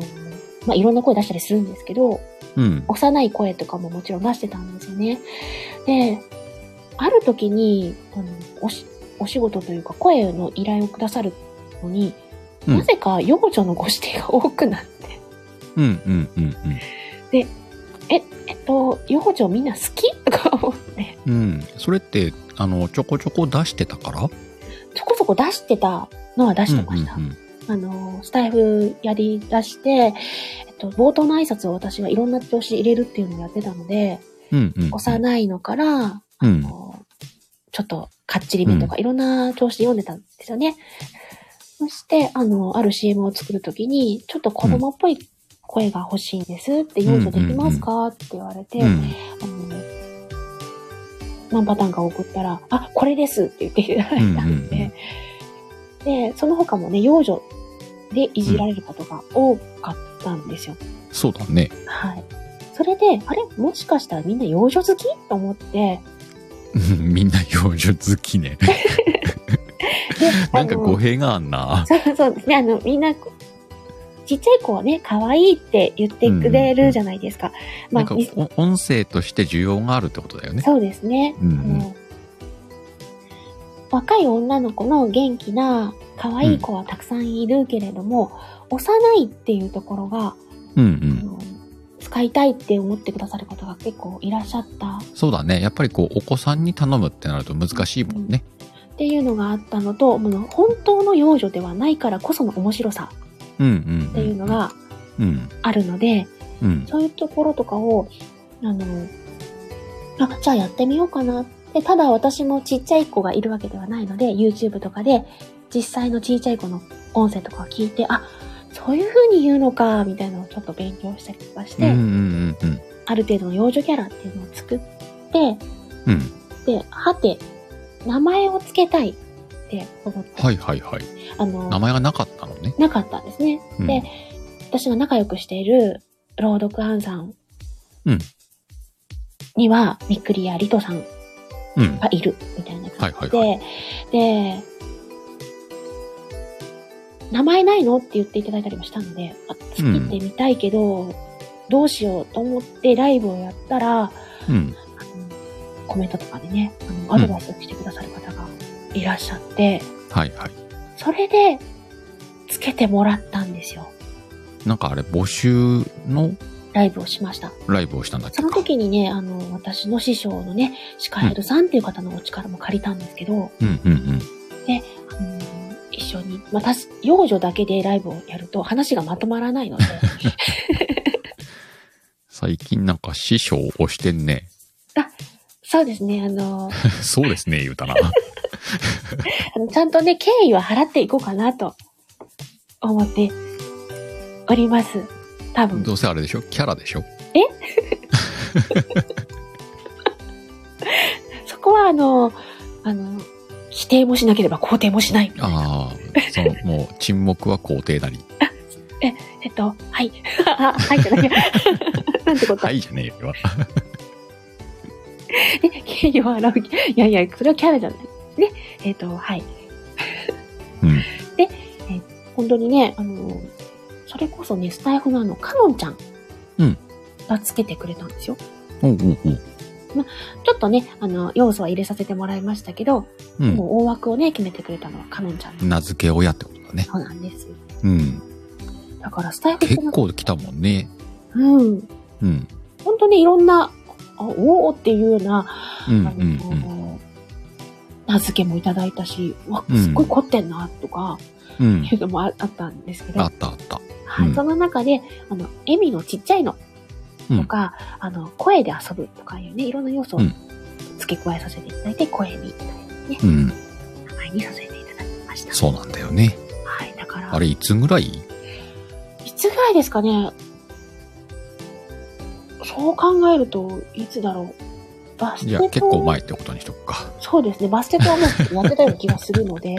S1: まあ、いろんな声出したりするんですけど、
S2: うん。
S1: 幼い声とかももちろん出してたんですよね。で、ある時に、あの、おし、お仕事というか声の依頼をくださるのに、
S2: うん
S1: なぜか幼女のご指定が多くなって、
S2: うんうんうん
S1: え、えっと、幼女みんな好きとか思って、
S2: うん。うん。それって、あの、ちょこちょこ出してたから
S1: そこそこ出してたのは出してました。
S2: うんうん
S1: あの、スタイフやり出して、えっと、冒頭の挨拶を私はいろんな調子入れるっていうのをやってたので、
S2: うん。うんうん。
S1: 幼いのから、
S2: うん。
S1: こうちょっとかっちりめとか、いろんな調子で読んでたんですよね。そして、あの、ある CM を作るときに、ちょっと子供っぽい声が欲しいんですって、用意できますかって言われて、
S2: う
S1: あ
S2: ん。
S1: の、何パターンか送ったら、あ、これですって言っていただいたん
S2: うんう ん
S1: で、で、その他もね、幼女でいじられることが多かったんですよ。
S2: そうだね。
S1: はい。それで、あれもしかしたらみんな幼女好きと思って、
S2: うんみんな幼女好きね。
S1: で
S2: なん
S1: あ
S2: か
S1: の
S2: 語弊があんな。
S1: そうそうですね。あの、みんな、ちっちゃい子はね、可愛いって言ってくれるじゃないですか。
S2: なん
S1: ま
S2: か
S1: あみ、
S2: お音声として需要があるってことだよね。
S1: そうですね。
S2: うん
S1: あの若い女の子の元気な可愛い子はたくさんいるけれども、幼いっていうところが、
S2: うんう
S1: あ
S2: ん。
S1: の使いたいって思ってくださる方が結構いらっしゃった
S2: そうだね。やっぱりこう、お子さんに頼むってなると難しいもんね。
S1: っていうのがあったのと、もう本当の幼女ではないからこその面白さ
S2: うんうんん。
S1: っていうのが
S2: うん。
S1: あるので、
S2: うん。
S1: そういうところとかを、あの、あ、じゃあやってみようかなって、ただ私もちっちゃい子がいるわけではないので、YouTube とかで実際のちっちゃい子の音声とかを聞いて、あ、そういう風に言うのか、みたいなのをちょっと勉強したりとかし
S2: うんう
S1: て、
S2: んうんうん。
S1: ある程度の幼女キャラっていうのを作って、
S2: うん。
S1: で、はて、名前をつけたいって思って、
S2: はいはいはい。
S1: あの、
S2: 名前がなかったのね。
S1: なかったんですね。
S2: うん
S1: で、私が仲良くしている朗読アンさん
S2: うん
S1: には、みっくりやりとさん
S2: うん。
S1: がいるみたいな感じで、
S2: はい
S1: で、名前ないのって言っていただいたりもしたので、あ作ってみたいけど、どうしようと思ってライブをやったら、あの
S2: うん。
S1: コメントとかでね、あのアドバイスをしてくださる方がいらっしゃって、
S2: はいはい。
S1: それで、つけてもらったんですよ。
S2: なんかあれ、募集の
S1: ライブをしました。
S2: ライブをしたんだっけ
S1: そ
S2: か
S1: の時にね、あの、私の師匠のね、シカヘルさんっていう方のお力も借りたんですけど、
S2: うんうんうん。
S1: あの一緒に、また、幼女だけでライブをやると話がまとまらないの で、
S2: 最近なんか師匠を押してんね。
S1: そうですね、あの、
S2: そうですね、言うたな。
S1: あのちゃんとね、敬意は払っていこうかなと思っております。多分。
S2: どうせあれでしょキャラでしょ
S1: そこは、あの、あの、否定もしなければ肯定もしないみたいな。
S2: ああ、その、もう沈黙は肯定な り。
S1: えっと、はい。 あはいじゃない。 なんてこと。
S2: はいじゃねえよ。
S1: ね、敬意を払う。いやいや、それはキャラじゃない。ね。えっ、と、はい。
S2: うん
S1: で、えー本当にね、あの、それこそね、スタイフのあの、カノンちゃん。
S2: うん
S1: がつけてくれたんですよ。
S2: おうおう
S1: ちょっとね、あの、要素は入れさせてもらいましたけど、
S2: おう。
S1: もう大枠をね、決めてくれたのはカノンちゃん。
S2: うん。名付け親ってことだからね。
S1: そうなんです。
S2: うん。
S1: だからスタイフってな
S2: 結
S1: んか
S2: 構来たもんね。
S1: うん。
S2: うん。
S1: 本当にいろんな、あおおっていうような、
S2: うん
S1: あ
S2: うんうん。
S1: の、名付けもいただいたし、うわ、すっごい凝ってんな、とか、
S2: うん
S1: い。うのもああったんですけど、
S2: あったあった。
S1: は
S2: う
S1: い、
S2: ん
S1: その中で、あの、エミのちっちゃいの
S2: うん
S1: とか、あの、声で遊ぶとかいうね、いろんな要素を
S2: うん
S1: 付け加えさせていただいて、声に、ね、
S2: うん。
S1: 名前にさせていただきました。
S2: そうなんだよね。
S1: はい、だから、
S2: あれ、いつぐらい
S1: いつぐらいですかね。そう考えると、いつだろう。バスケ
S2: じ
S1: ッ
S2: ゃ
S1: ト
S2: あ結構前ってことにしとくか。
S1: そうですね、バスケットはもうやってたような気がするの で、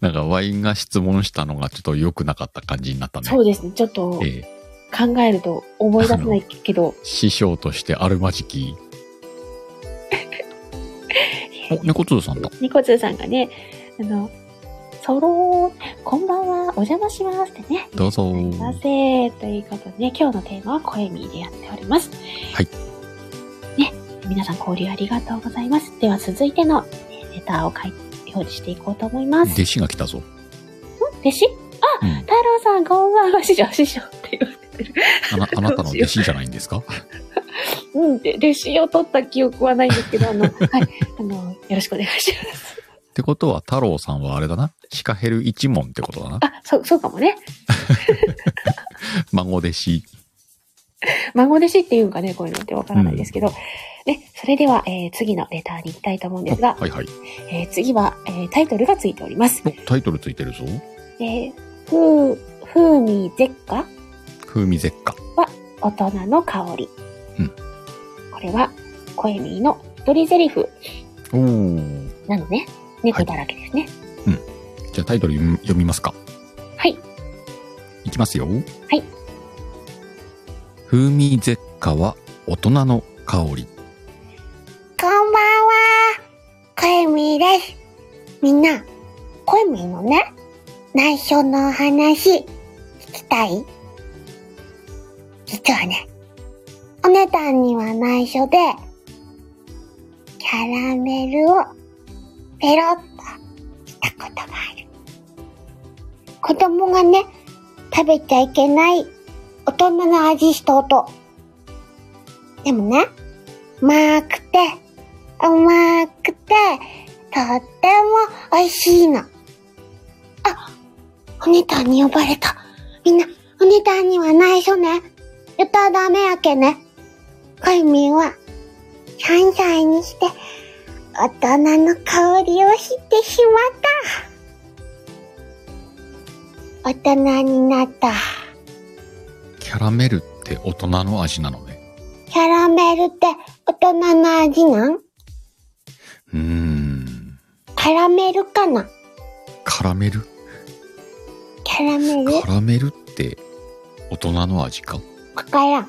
S2: なんかワインが質問したのがちょっと良くなかった感じになったね。
S1: そうですね、ちょっと
S2: ええ
S1: 考えると思い出せないけど、
S2: 師匠としてあるまじき。 お、猫通さんだ。
S1: ニコツーさんがね、あの、ソロー、こんばんは、お邪魔しますってね。
S2: どうぞ
S1: いらっしゃいませ。ということで、今日のテーマは声見でやっております。
S2: はい。
S1: ね、皆さん交流ありがとうございます。では続いてのえーレターを書いて、表示していこうと思います。
S2: 弟子が来たぞ。
S1: 弟子
S2: うん、
S1: 太郎さん、こんばんは、師匠、師匠って言われてる。
S2: あ なあなたの弟子じゃないんですか
S1: うん、で、弟子を取った記憶はないんですけど、あ の、はい、あの、よろしくお願いします。
S2: ってことは太郎さんはあれだな。シカヘル一門ってことだ な。
S1: あ、そう、そうかもね。
S2: 孫弟子。
S1: 孫弟子っていうんかね、こういうのってわからないですけど。ね、それでは、えー次のレターに行きたいと思うんですが、
S2: はいはい。
S1: えー次は、えータイトルがついております。
S2: おタイトルついてるぞ。
S1: えー、ふう、ふうみぜっか
S2: 風味絶果。
S1: 大人の香り。
S2: うん
S1: これは、コエミーの一人台詞
S2: おー。
S1: なのね。猫だらけですね。
S2: じゃあタイトル読み読みますか。
S1: はい。。
S2: いきますよ。はい風味絶果は大人の香り。
S3: こんばんは。こえみです。みんな、こえみのね、内緒のお話、聞きたい実はね、お姉さんには内緒で、キャラメルをペロッとしたことがある。子供がね、食べちゃいけない大人の味した音。でもね、甘くて、甘くて、とっても美味しいの。あ、お姉さんに呼ばれた。みんな、お姉さんには内緒ね。言ったらダメやけね。こいみんは、3歳にして、大人の香りを知ってしまった。大人になった。
S2: キャラメルって大人の味なのね。
S3: キャラメルって大人の味なん
S2: うーん。
S3: カラメルかな
S2: カラメル
S3: キャラメル
S2: カラメルって大人の味か
S3: わから ん。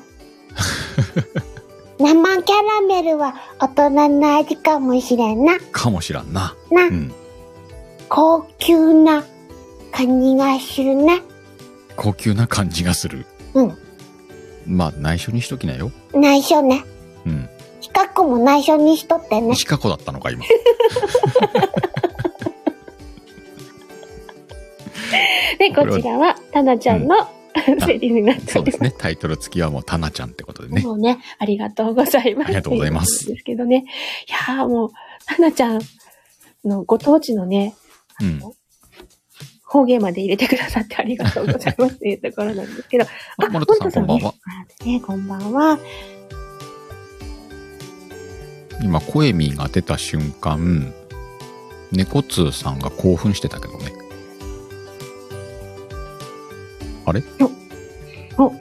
S3: 生キャラメルは大人の味かもしれんな。
S2: かもしらんな。
S3: な、
S2: うん。
S3: 高級な感じがするな。
S2: 高級な感じがする。
S3: うん。
S2: まあ内緒にしときなよ。
S3: 内緒ね。
S2: うん。
S3: 四角も内緒にしとってね。
S2: シカ子だったの か今。
S1: で、こちらは、タナちゃんの、 セリフになって
S2: そ
S1: お
S2: うで
S1: り
S2: す
S1: ます。
S2: ね。タイトル付きはもうタナちゃんってことでね。
S1: もうね、ありがとうございます。
S2: ありがとうございます
S1: とうことですけどね。いやーもう、タナちゃんのご当地のね、
S2: うん。
S1: 方言まで入れてくださってありがとうございますっていうところなん ですけど。
S2: あ、モルトさんこんばんは。。
S1: ね、こんばんは。
S2: 今、コエミが出た瞬間、猫通さんが興奮してたけどね。あれ
S1: おお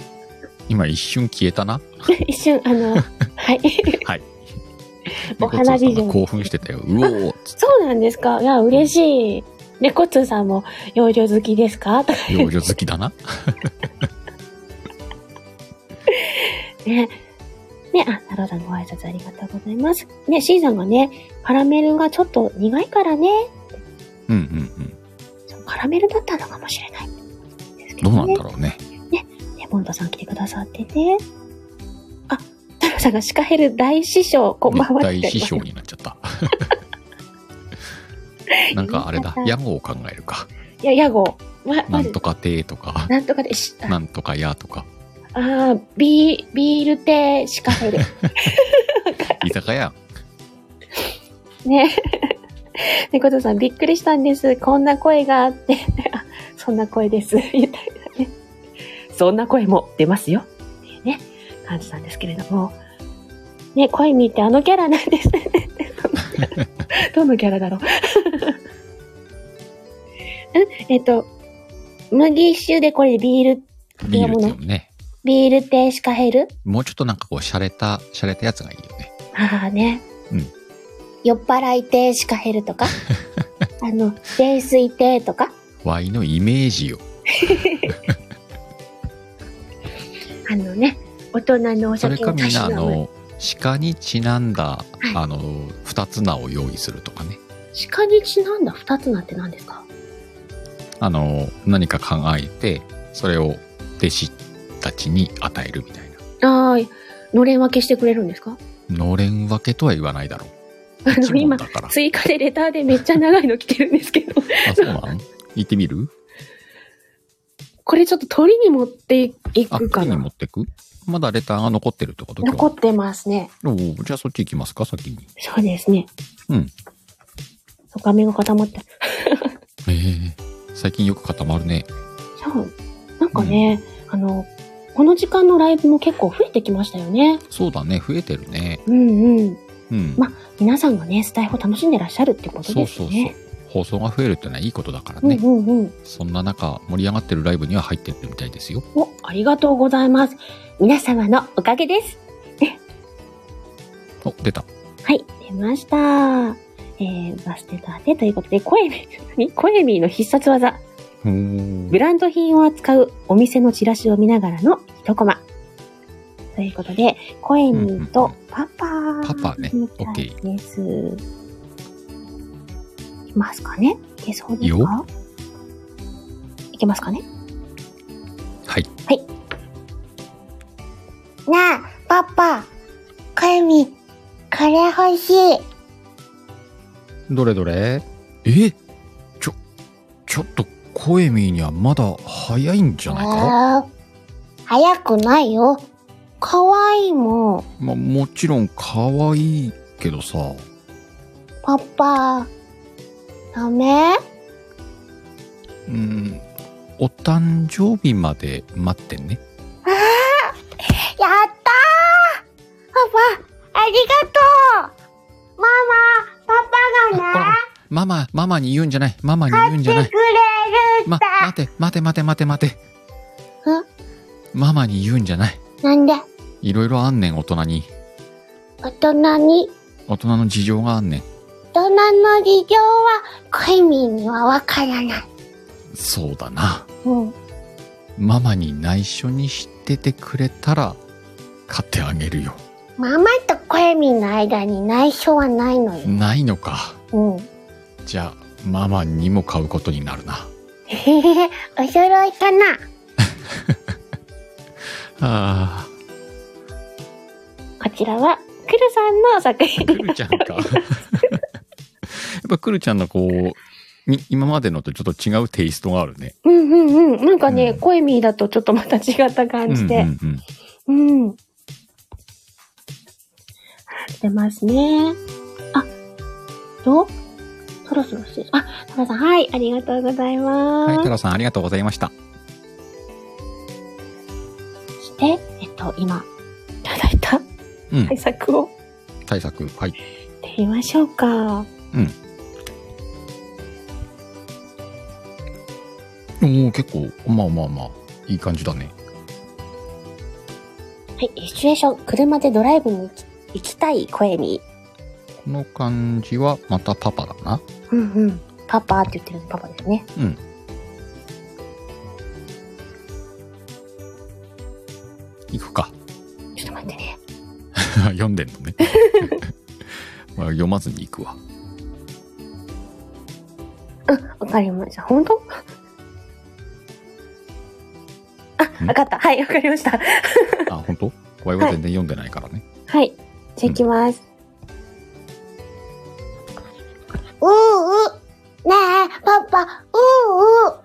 S2: 今一瞬消えたな。
S1: 一瞬、あの、 はい。
S2: はい。
S1: お
S2: 猫通
S1: 花
S2: さ
S1: 事
S2: ん
S1: 情
S2: が興奮してたよ。うおーっつっ
S1: そうなんですかいや、嬉しい。猫通さんも養女好きですかとか
S2: て、幼女好きだな。
S1: ね。ね、あ、太郎さんご挨拶ありがとうございます。ね、C さんがね、カラメルがちょっと苦いからね、
S2: うんうん
S1: そうカラメルだったのかもしれない。です
S2: う
S1: け
S2: ん。どうなん
S1: ね
S2: だろうね。
S1: ね、ボンドさん来てくださってて。あ、太郎さんがシカヘル大師匠、こんばんはって
S2: 大師匠になっちゃった。 なんかあれだ
S1: 言い、方
S2: 屋号を考えるか。
S1: いや、屋号。わ、
S2: な
S1: ま
S2: ん
S1: ず
S2: と、かてとか、
S1: なんとかでし、あ
S2: なんとかやとか、
S1: あー、ビー、ビール亭シカフェで。
S2: 居酒屋。
S1: ね。 猫とさん、びっくりしたんです。こんな声があって。 あそんな声です。 言ったりね。そんな声も出ますよ。っていうね、感じなんですけれども。ね、恋見ってあのキャラなんです ね。どのキャラだろう。 うんえっと、麦酒でこれビール、
S2: ビールでもね、
S1: ビール亭シカヘル
S2: もうちょっとなんかこう、洒落た、洒落たやつがいいよね。
S1: ああね。
S2: うん
S1: 酔っ払い亭シカヘルと か、あの、泥酔亭とか、
S2: ワイのイメージよ。
S1: あのね、大人のお
S2: それ
S1: 酒
S2: か
S1: を
S2: み
S1: た
S2: ん
S1: し
S2: な、あ
S1: なむ。
S2: の、鹿にちなんだ、
S1: い
S2: あの、二つ名を用意するとかね。
S1: 鹿にちなんだ二つなって何ですか
S2: あの、何か考えて、それを弟子たちに与えるみたいな。
S1: ああ、のれん分けしてくれるんですか
S2: のれん分けとは言わないだろう。
S1: あ
S2: 一
S1: の、
S2: 問
S1: 今
S2: だ、 から。
S1: 追加でレターでめっちゃ長いの来てるんですけど、
S2: あ、そうなん行ってみる
S1: これちょっと鳥に持ってい
S2: あ、
S1: くか
S2: 次に持
S1: な
S2: ってくまだレターが残ってるってこと今日
S1: 残ってますね。
S2: おうじゃあそっち行きますか、先に。
S1: そうですね。
S2: うん。
S1: そう、画面が固まって。
S2: ええ最近よく固まるね。
S1: そう。なんかね、あの、この時間のライブも結構増えてきましたよね。
S2: そうだね、増えてるね。
S1: うんうん。
S2: うん。
S1: ま皆さんがね、スタイフを楽しんでらっしゃるってこと
S2: そ
S1: で
S2: う
S1: す
S2: そう
S1: よ
S2: そう
S1: ね。。
S2: 放送が増えるってのはいいことだからね。
S1: うんうんうん。
S2: そんな中、盛り上がってるライブには入ってるみたいですよ。
S1: お、ありがとうございます。皆様のおかげです。
S2: お、出た。
S1: はい、出ました。えー、バステタでということで、コエミ、何コエミの必殺技。
S2: おー
S1: ブランド品を扱うお店のチラシを見ながらの一コマ。ということで、コエミとパパ
S2: パパね
S1: みたいです。いきますかねいけそうですか
S2: よ
S1: いけますかね
S2: はい。
S3: なあ、パパ、かゆみ、これ欲しい。
S2: どれどれえちょ、ちょっと、コエミーにはまだ早いんじゃないか
S3: あー早くないよ。かわいいもん。
S2: まあ、もちろん可愛いけどさ。
S3: パパ、ダメ
S2: うん、お誕生日まで待ってね。
S3: やったーパパ、ありがとうママ、パ
S2: あほ
S3: パ
S2: ら
S3: が
S2: ほ
S3: ね
S2: ら、ママ、ママに言うんじゃない。ママに言うんじゃ
S3: 来
S2: な
S3: て
S2: い。
S3: くれるん
S2: ま、
S3: だ、
S2: 待て、待て、待て、待て、待て。ママに言うんじゃない。
S3: なんで、
S2: いろいろあんねん、大人に。
S3: 大人に、
S2: 大人の事情があんねん。
S3: 大人の事情は、恋みにはわからない。
S2: そうだな。
S3: うん。
S2: ママに内緒にしててくれたら、買ってあげるよ。
S3: ママと恋みの間に内緒はないのよ。
S2: ないのか。
S3: うん。
S2: じゃあ、ママにも買うことになるな。
S3: へへへ、お揃いかな
S2: あ
S1: こちらは、クルさんの作
S2: あ、
S1: 品
S2: く。るちゃんか。 やっぱくるちゃんのこう、に今までのとちょっと違うテイストがあるね。
S1: うんうんうん。なんかね、
S2: うん
S1: コエミーだとちょっとまた違った感じ
S2: う
S1: で。
S2: んうんうん、
S1: うん、してますね。あ、と、そろそろ失礼しあ、タラさん、はい、ありがとうございま
S2: はい、
S1: す。
S2: 太郎さんありがとうございました。
S1: そして、えっと、今、いただいた
S2: うん
S1: 対、策を
S2: 対策、はい。
S1: やってみましょうか。
S2: おお、結構、まあまあまあ、いい感じだね。
S1: はい、シチュエーション、車でドライブに行き行きたいコエミー。
S2: この感じは、またパパだな。
S1: うんうん。パパって言ってるのパパですね。
S2: うん。行くか。
S1: ちょっと待ってね。
S2: 読んでんのね。 まあ読まずに行くわ。
S1: わかりました。本当あ、
S2: ん
S1: わかった。はい、わかりました。
S2: あ、本当？ワイは全然読んでないからね。
S1: はい。じゃあ行きます。
S3: うう。ねえ、パパ、うう。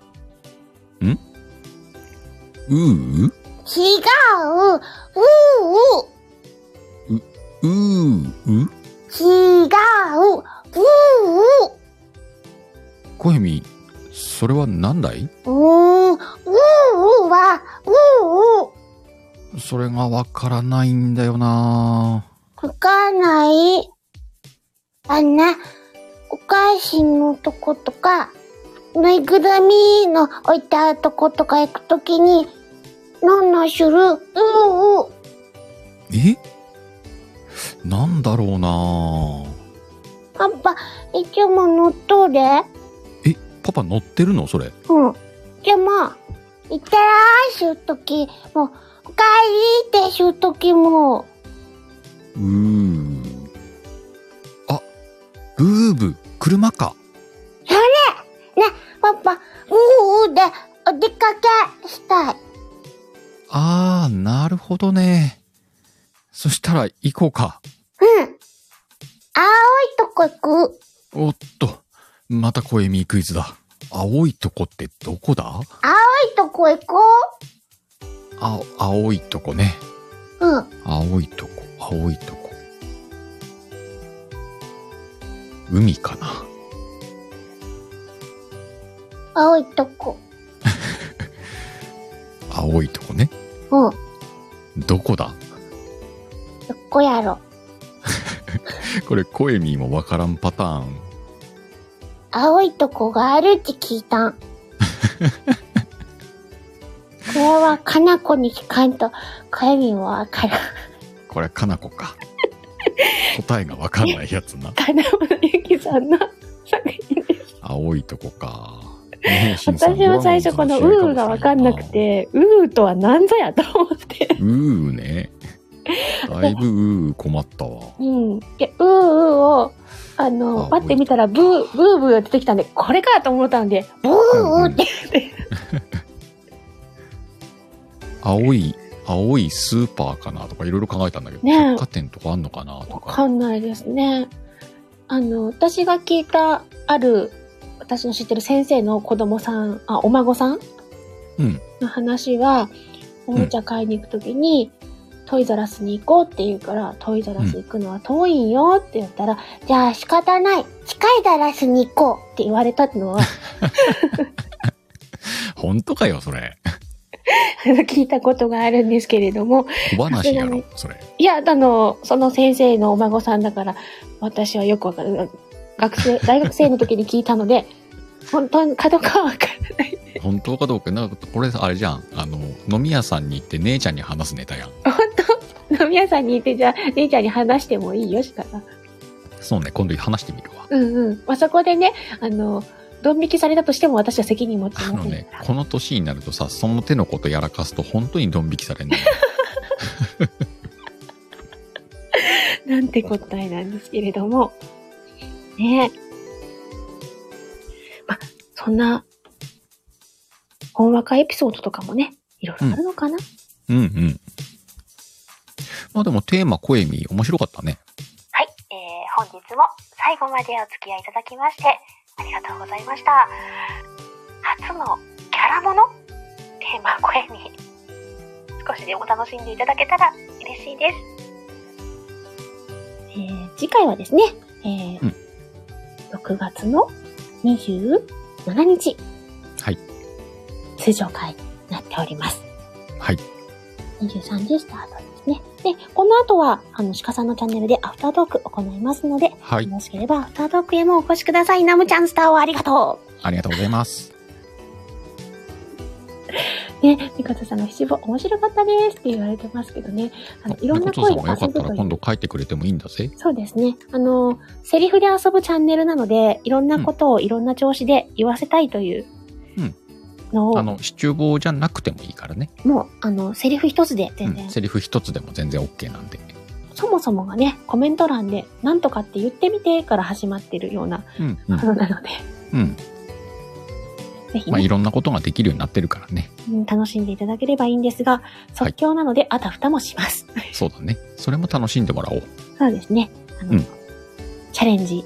S2: うう
S3: 違う。うう。
S2: ううう
S3: 違う。うう。
S2: 小ミそれは何だいう
S3: ーん。ううは、うう。
S2: それがわからないんだよな
S3: わかんない。あんな、お菓子のとことか、ぬいぐるみの置いてあるとことか行くときに、のんのする、うう。
S2: えなんだろうな
S3: パパ、いつも乗っとる
S2: えパパ乗ってるのそれ
S3: うん。でも、いってらーしゅうときも、おかえりってしゅうときも、
S2: うーあブーブ車か
S3: パパ、ううでお出かけしたい。
S2: あーなるほどねそしたら行こうか
S3: うん。青いとこ行く。
S2: おっとまた小エミクイズだ青いとこってどこだ
S3: 青いとこ行こ
S2: あ青いとこね
S3: う。うん。
S2: 青いとこ青いとこ海かな
S3: 青いとこ。
S2: 青いとこね
S3: うん。
S2: どこだ
S3: どこやろ。
S2: これ声ミもわからんパターン
S3: 青いとこがあるって聞 いたん。これは、かなこに聞かんと、かゆみもわからん。
S2: これかな こか答えがわかんないやつな
S1: 金物ゆきさんの 作品です。
S2: 青いとこか
S1: 私も最初このうーがわかんなくて、うーとは何ぞやと思って。
S2: うーねだいぶうー困ったわ
S1: うん。で、うーうーを、あ
S2: あ
S1: の、パって見たら、ブー、ブーブーが出てきたんで、これかと思ったんで、
S3: ブーって。
S2: 青い青いスーパーかなとかいろいろ考えたんだけど、
S1: ねえ
S2: 百貨店とかあんのかなと
S1: わ
S2: か
S1: かんないですね。あの、私が聞いた、ある、私の知ってる先生の子供さん、あ、お孫さん
S2: うん
S1: の話は、おもちゃ買いに行くときに、トイザラスに行こうって言うから、トイザラス行くのは遠いんよって言ったら、
S3: じゃあ仕方ない。近いダラスに行こ
S1: って言われたの は、
S2: 本当かよそれ
S1: 聞いたことがあるんですけれども、
S2: 小話やろそれ
S1: いや、あの、その先生のお孫さんだから、私はよくわかる。学 生、大学生の時に聞いたので、本当に角かわかる。
S2: 本当かどうかなんかこれあれじゃんあの飲み屋さんに行って姉ちゃんに話すネタやん
S1: 本当飲み屋さんにいて、じゃあ、姉ちゃんに話してもいいよ、したら。
S2: そうね今度話してみるわ
S1: うんうん。まあ、そこでね、あの、ドン引きされたとしても私は責任持ち
S2: あ
S1: ま
S2: の
S1: せん
S2: ね
S1: から。
S2: この年になるとさその手のことやらかすと本当にドン引きされんのよ
S1: なんて答えなんですけれども。ねえ。まあ、そんな、ほんわかエピソードとかもね、いろいろあるのかな、
S2: うんうんまあでもテーマ声み面白かったね
S4: はい、えー本日も最後までお付き合いいただきましてありがとうございました。初のキャラものテーマ声に少しでも楽しんでいただけたら嬉しいです。
S1: えー次回はですね、えー
S2: うん
S1: 6月の27日。
S2: はい。
S1: 通常会になっております。
S2: はい
S1: 23時スタートですね。で、この後は、あの、鹿さんのチャンネルでアフタートーク行いますので、よ
S2: はい
S1: ろしければアフタートークへもお越しください。ナムちゃんスターをありがと
S2: ありがとうございます
S1: うね、ミカトさんが七五面白かったですって言われてますけどね、あの、いろんな
S2: 猫
S1: 声
S2: さん
S1: で
S2: もよか
S1: 遊
S2: っ
S1: ぶ
S2: たら
S1: とい
S2: 今
S1: う。
S2: 度書いてくれてもいいんだぜ
S1: そうですね。あの、セリフで遊ぶチャンネルなので、いろんなことをいろんな調子で言わせたいという
S2: うん
S1: のを、
S2: あの支柱棒じゃなくてもいいからね、
S1: もう、あの、セリフ一つで
S2: う
S1: 全然、
S2: ん、セリフ一つでも全然 OK なんで
S1: そもそもがね、コメント欄で、なんとかって言ってみてから始まってるような
S2: うんうん
S1: ものなので、
S2: うん
S1: ぜひ
S2: まあい
S1: ね、
S2: ろんなことができるようになってるからね
S1: うん楽しんでいただければいいんですが、即興なので、あたふたもします。
S2: そうだねそれも楽しんでもらおう
S1: そうですね。あの、
S2: うん
S1: チャレンジ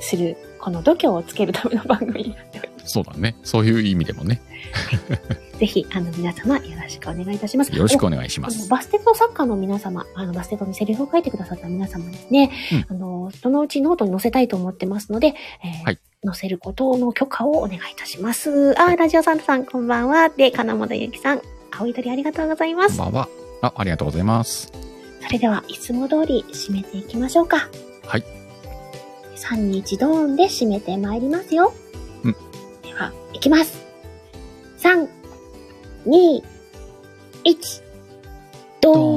S1: する、この度胸をつけるための番組になっております。
S2: そうだね。そういう意味でもね。
S1: ぜひ、あの、皆様、よろしくお願いいたします。
S2: よろしくお願いしま
S1: あの
S2: す。
S1: バステト作家の皆様、あの、バステトにセリフを書いてくださった皆様ですね、あの、そのうちノートに載せたいと思ってますので、えー
S2: はい
S1: 載せることの許可をお願いいたします。あー、ラジオサンタさん、こんばんは。で、金本ゆきさん、青い鳥ありがとうございま
S2: こん
S1: す。
S2: ばんは。あ、ありがとうございます。
S1: それでは、いつも通り締めていきましょうか。
S2: はい。
S1: 3、2、1、ドーンで締めてまいりますよ。
S2: うん
S1: では、いきます。3、2、1、ドーン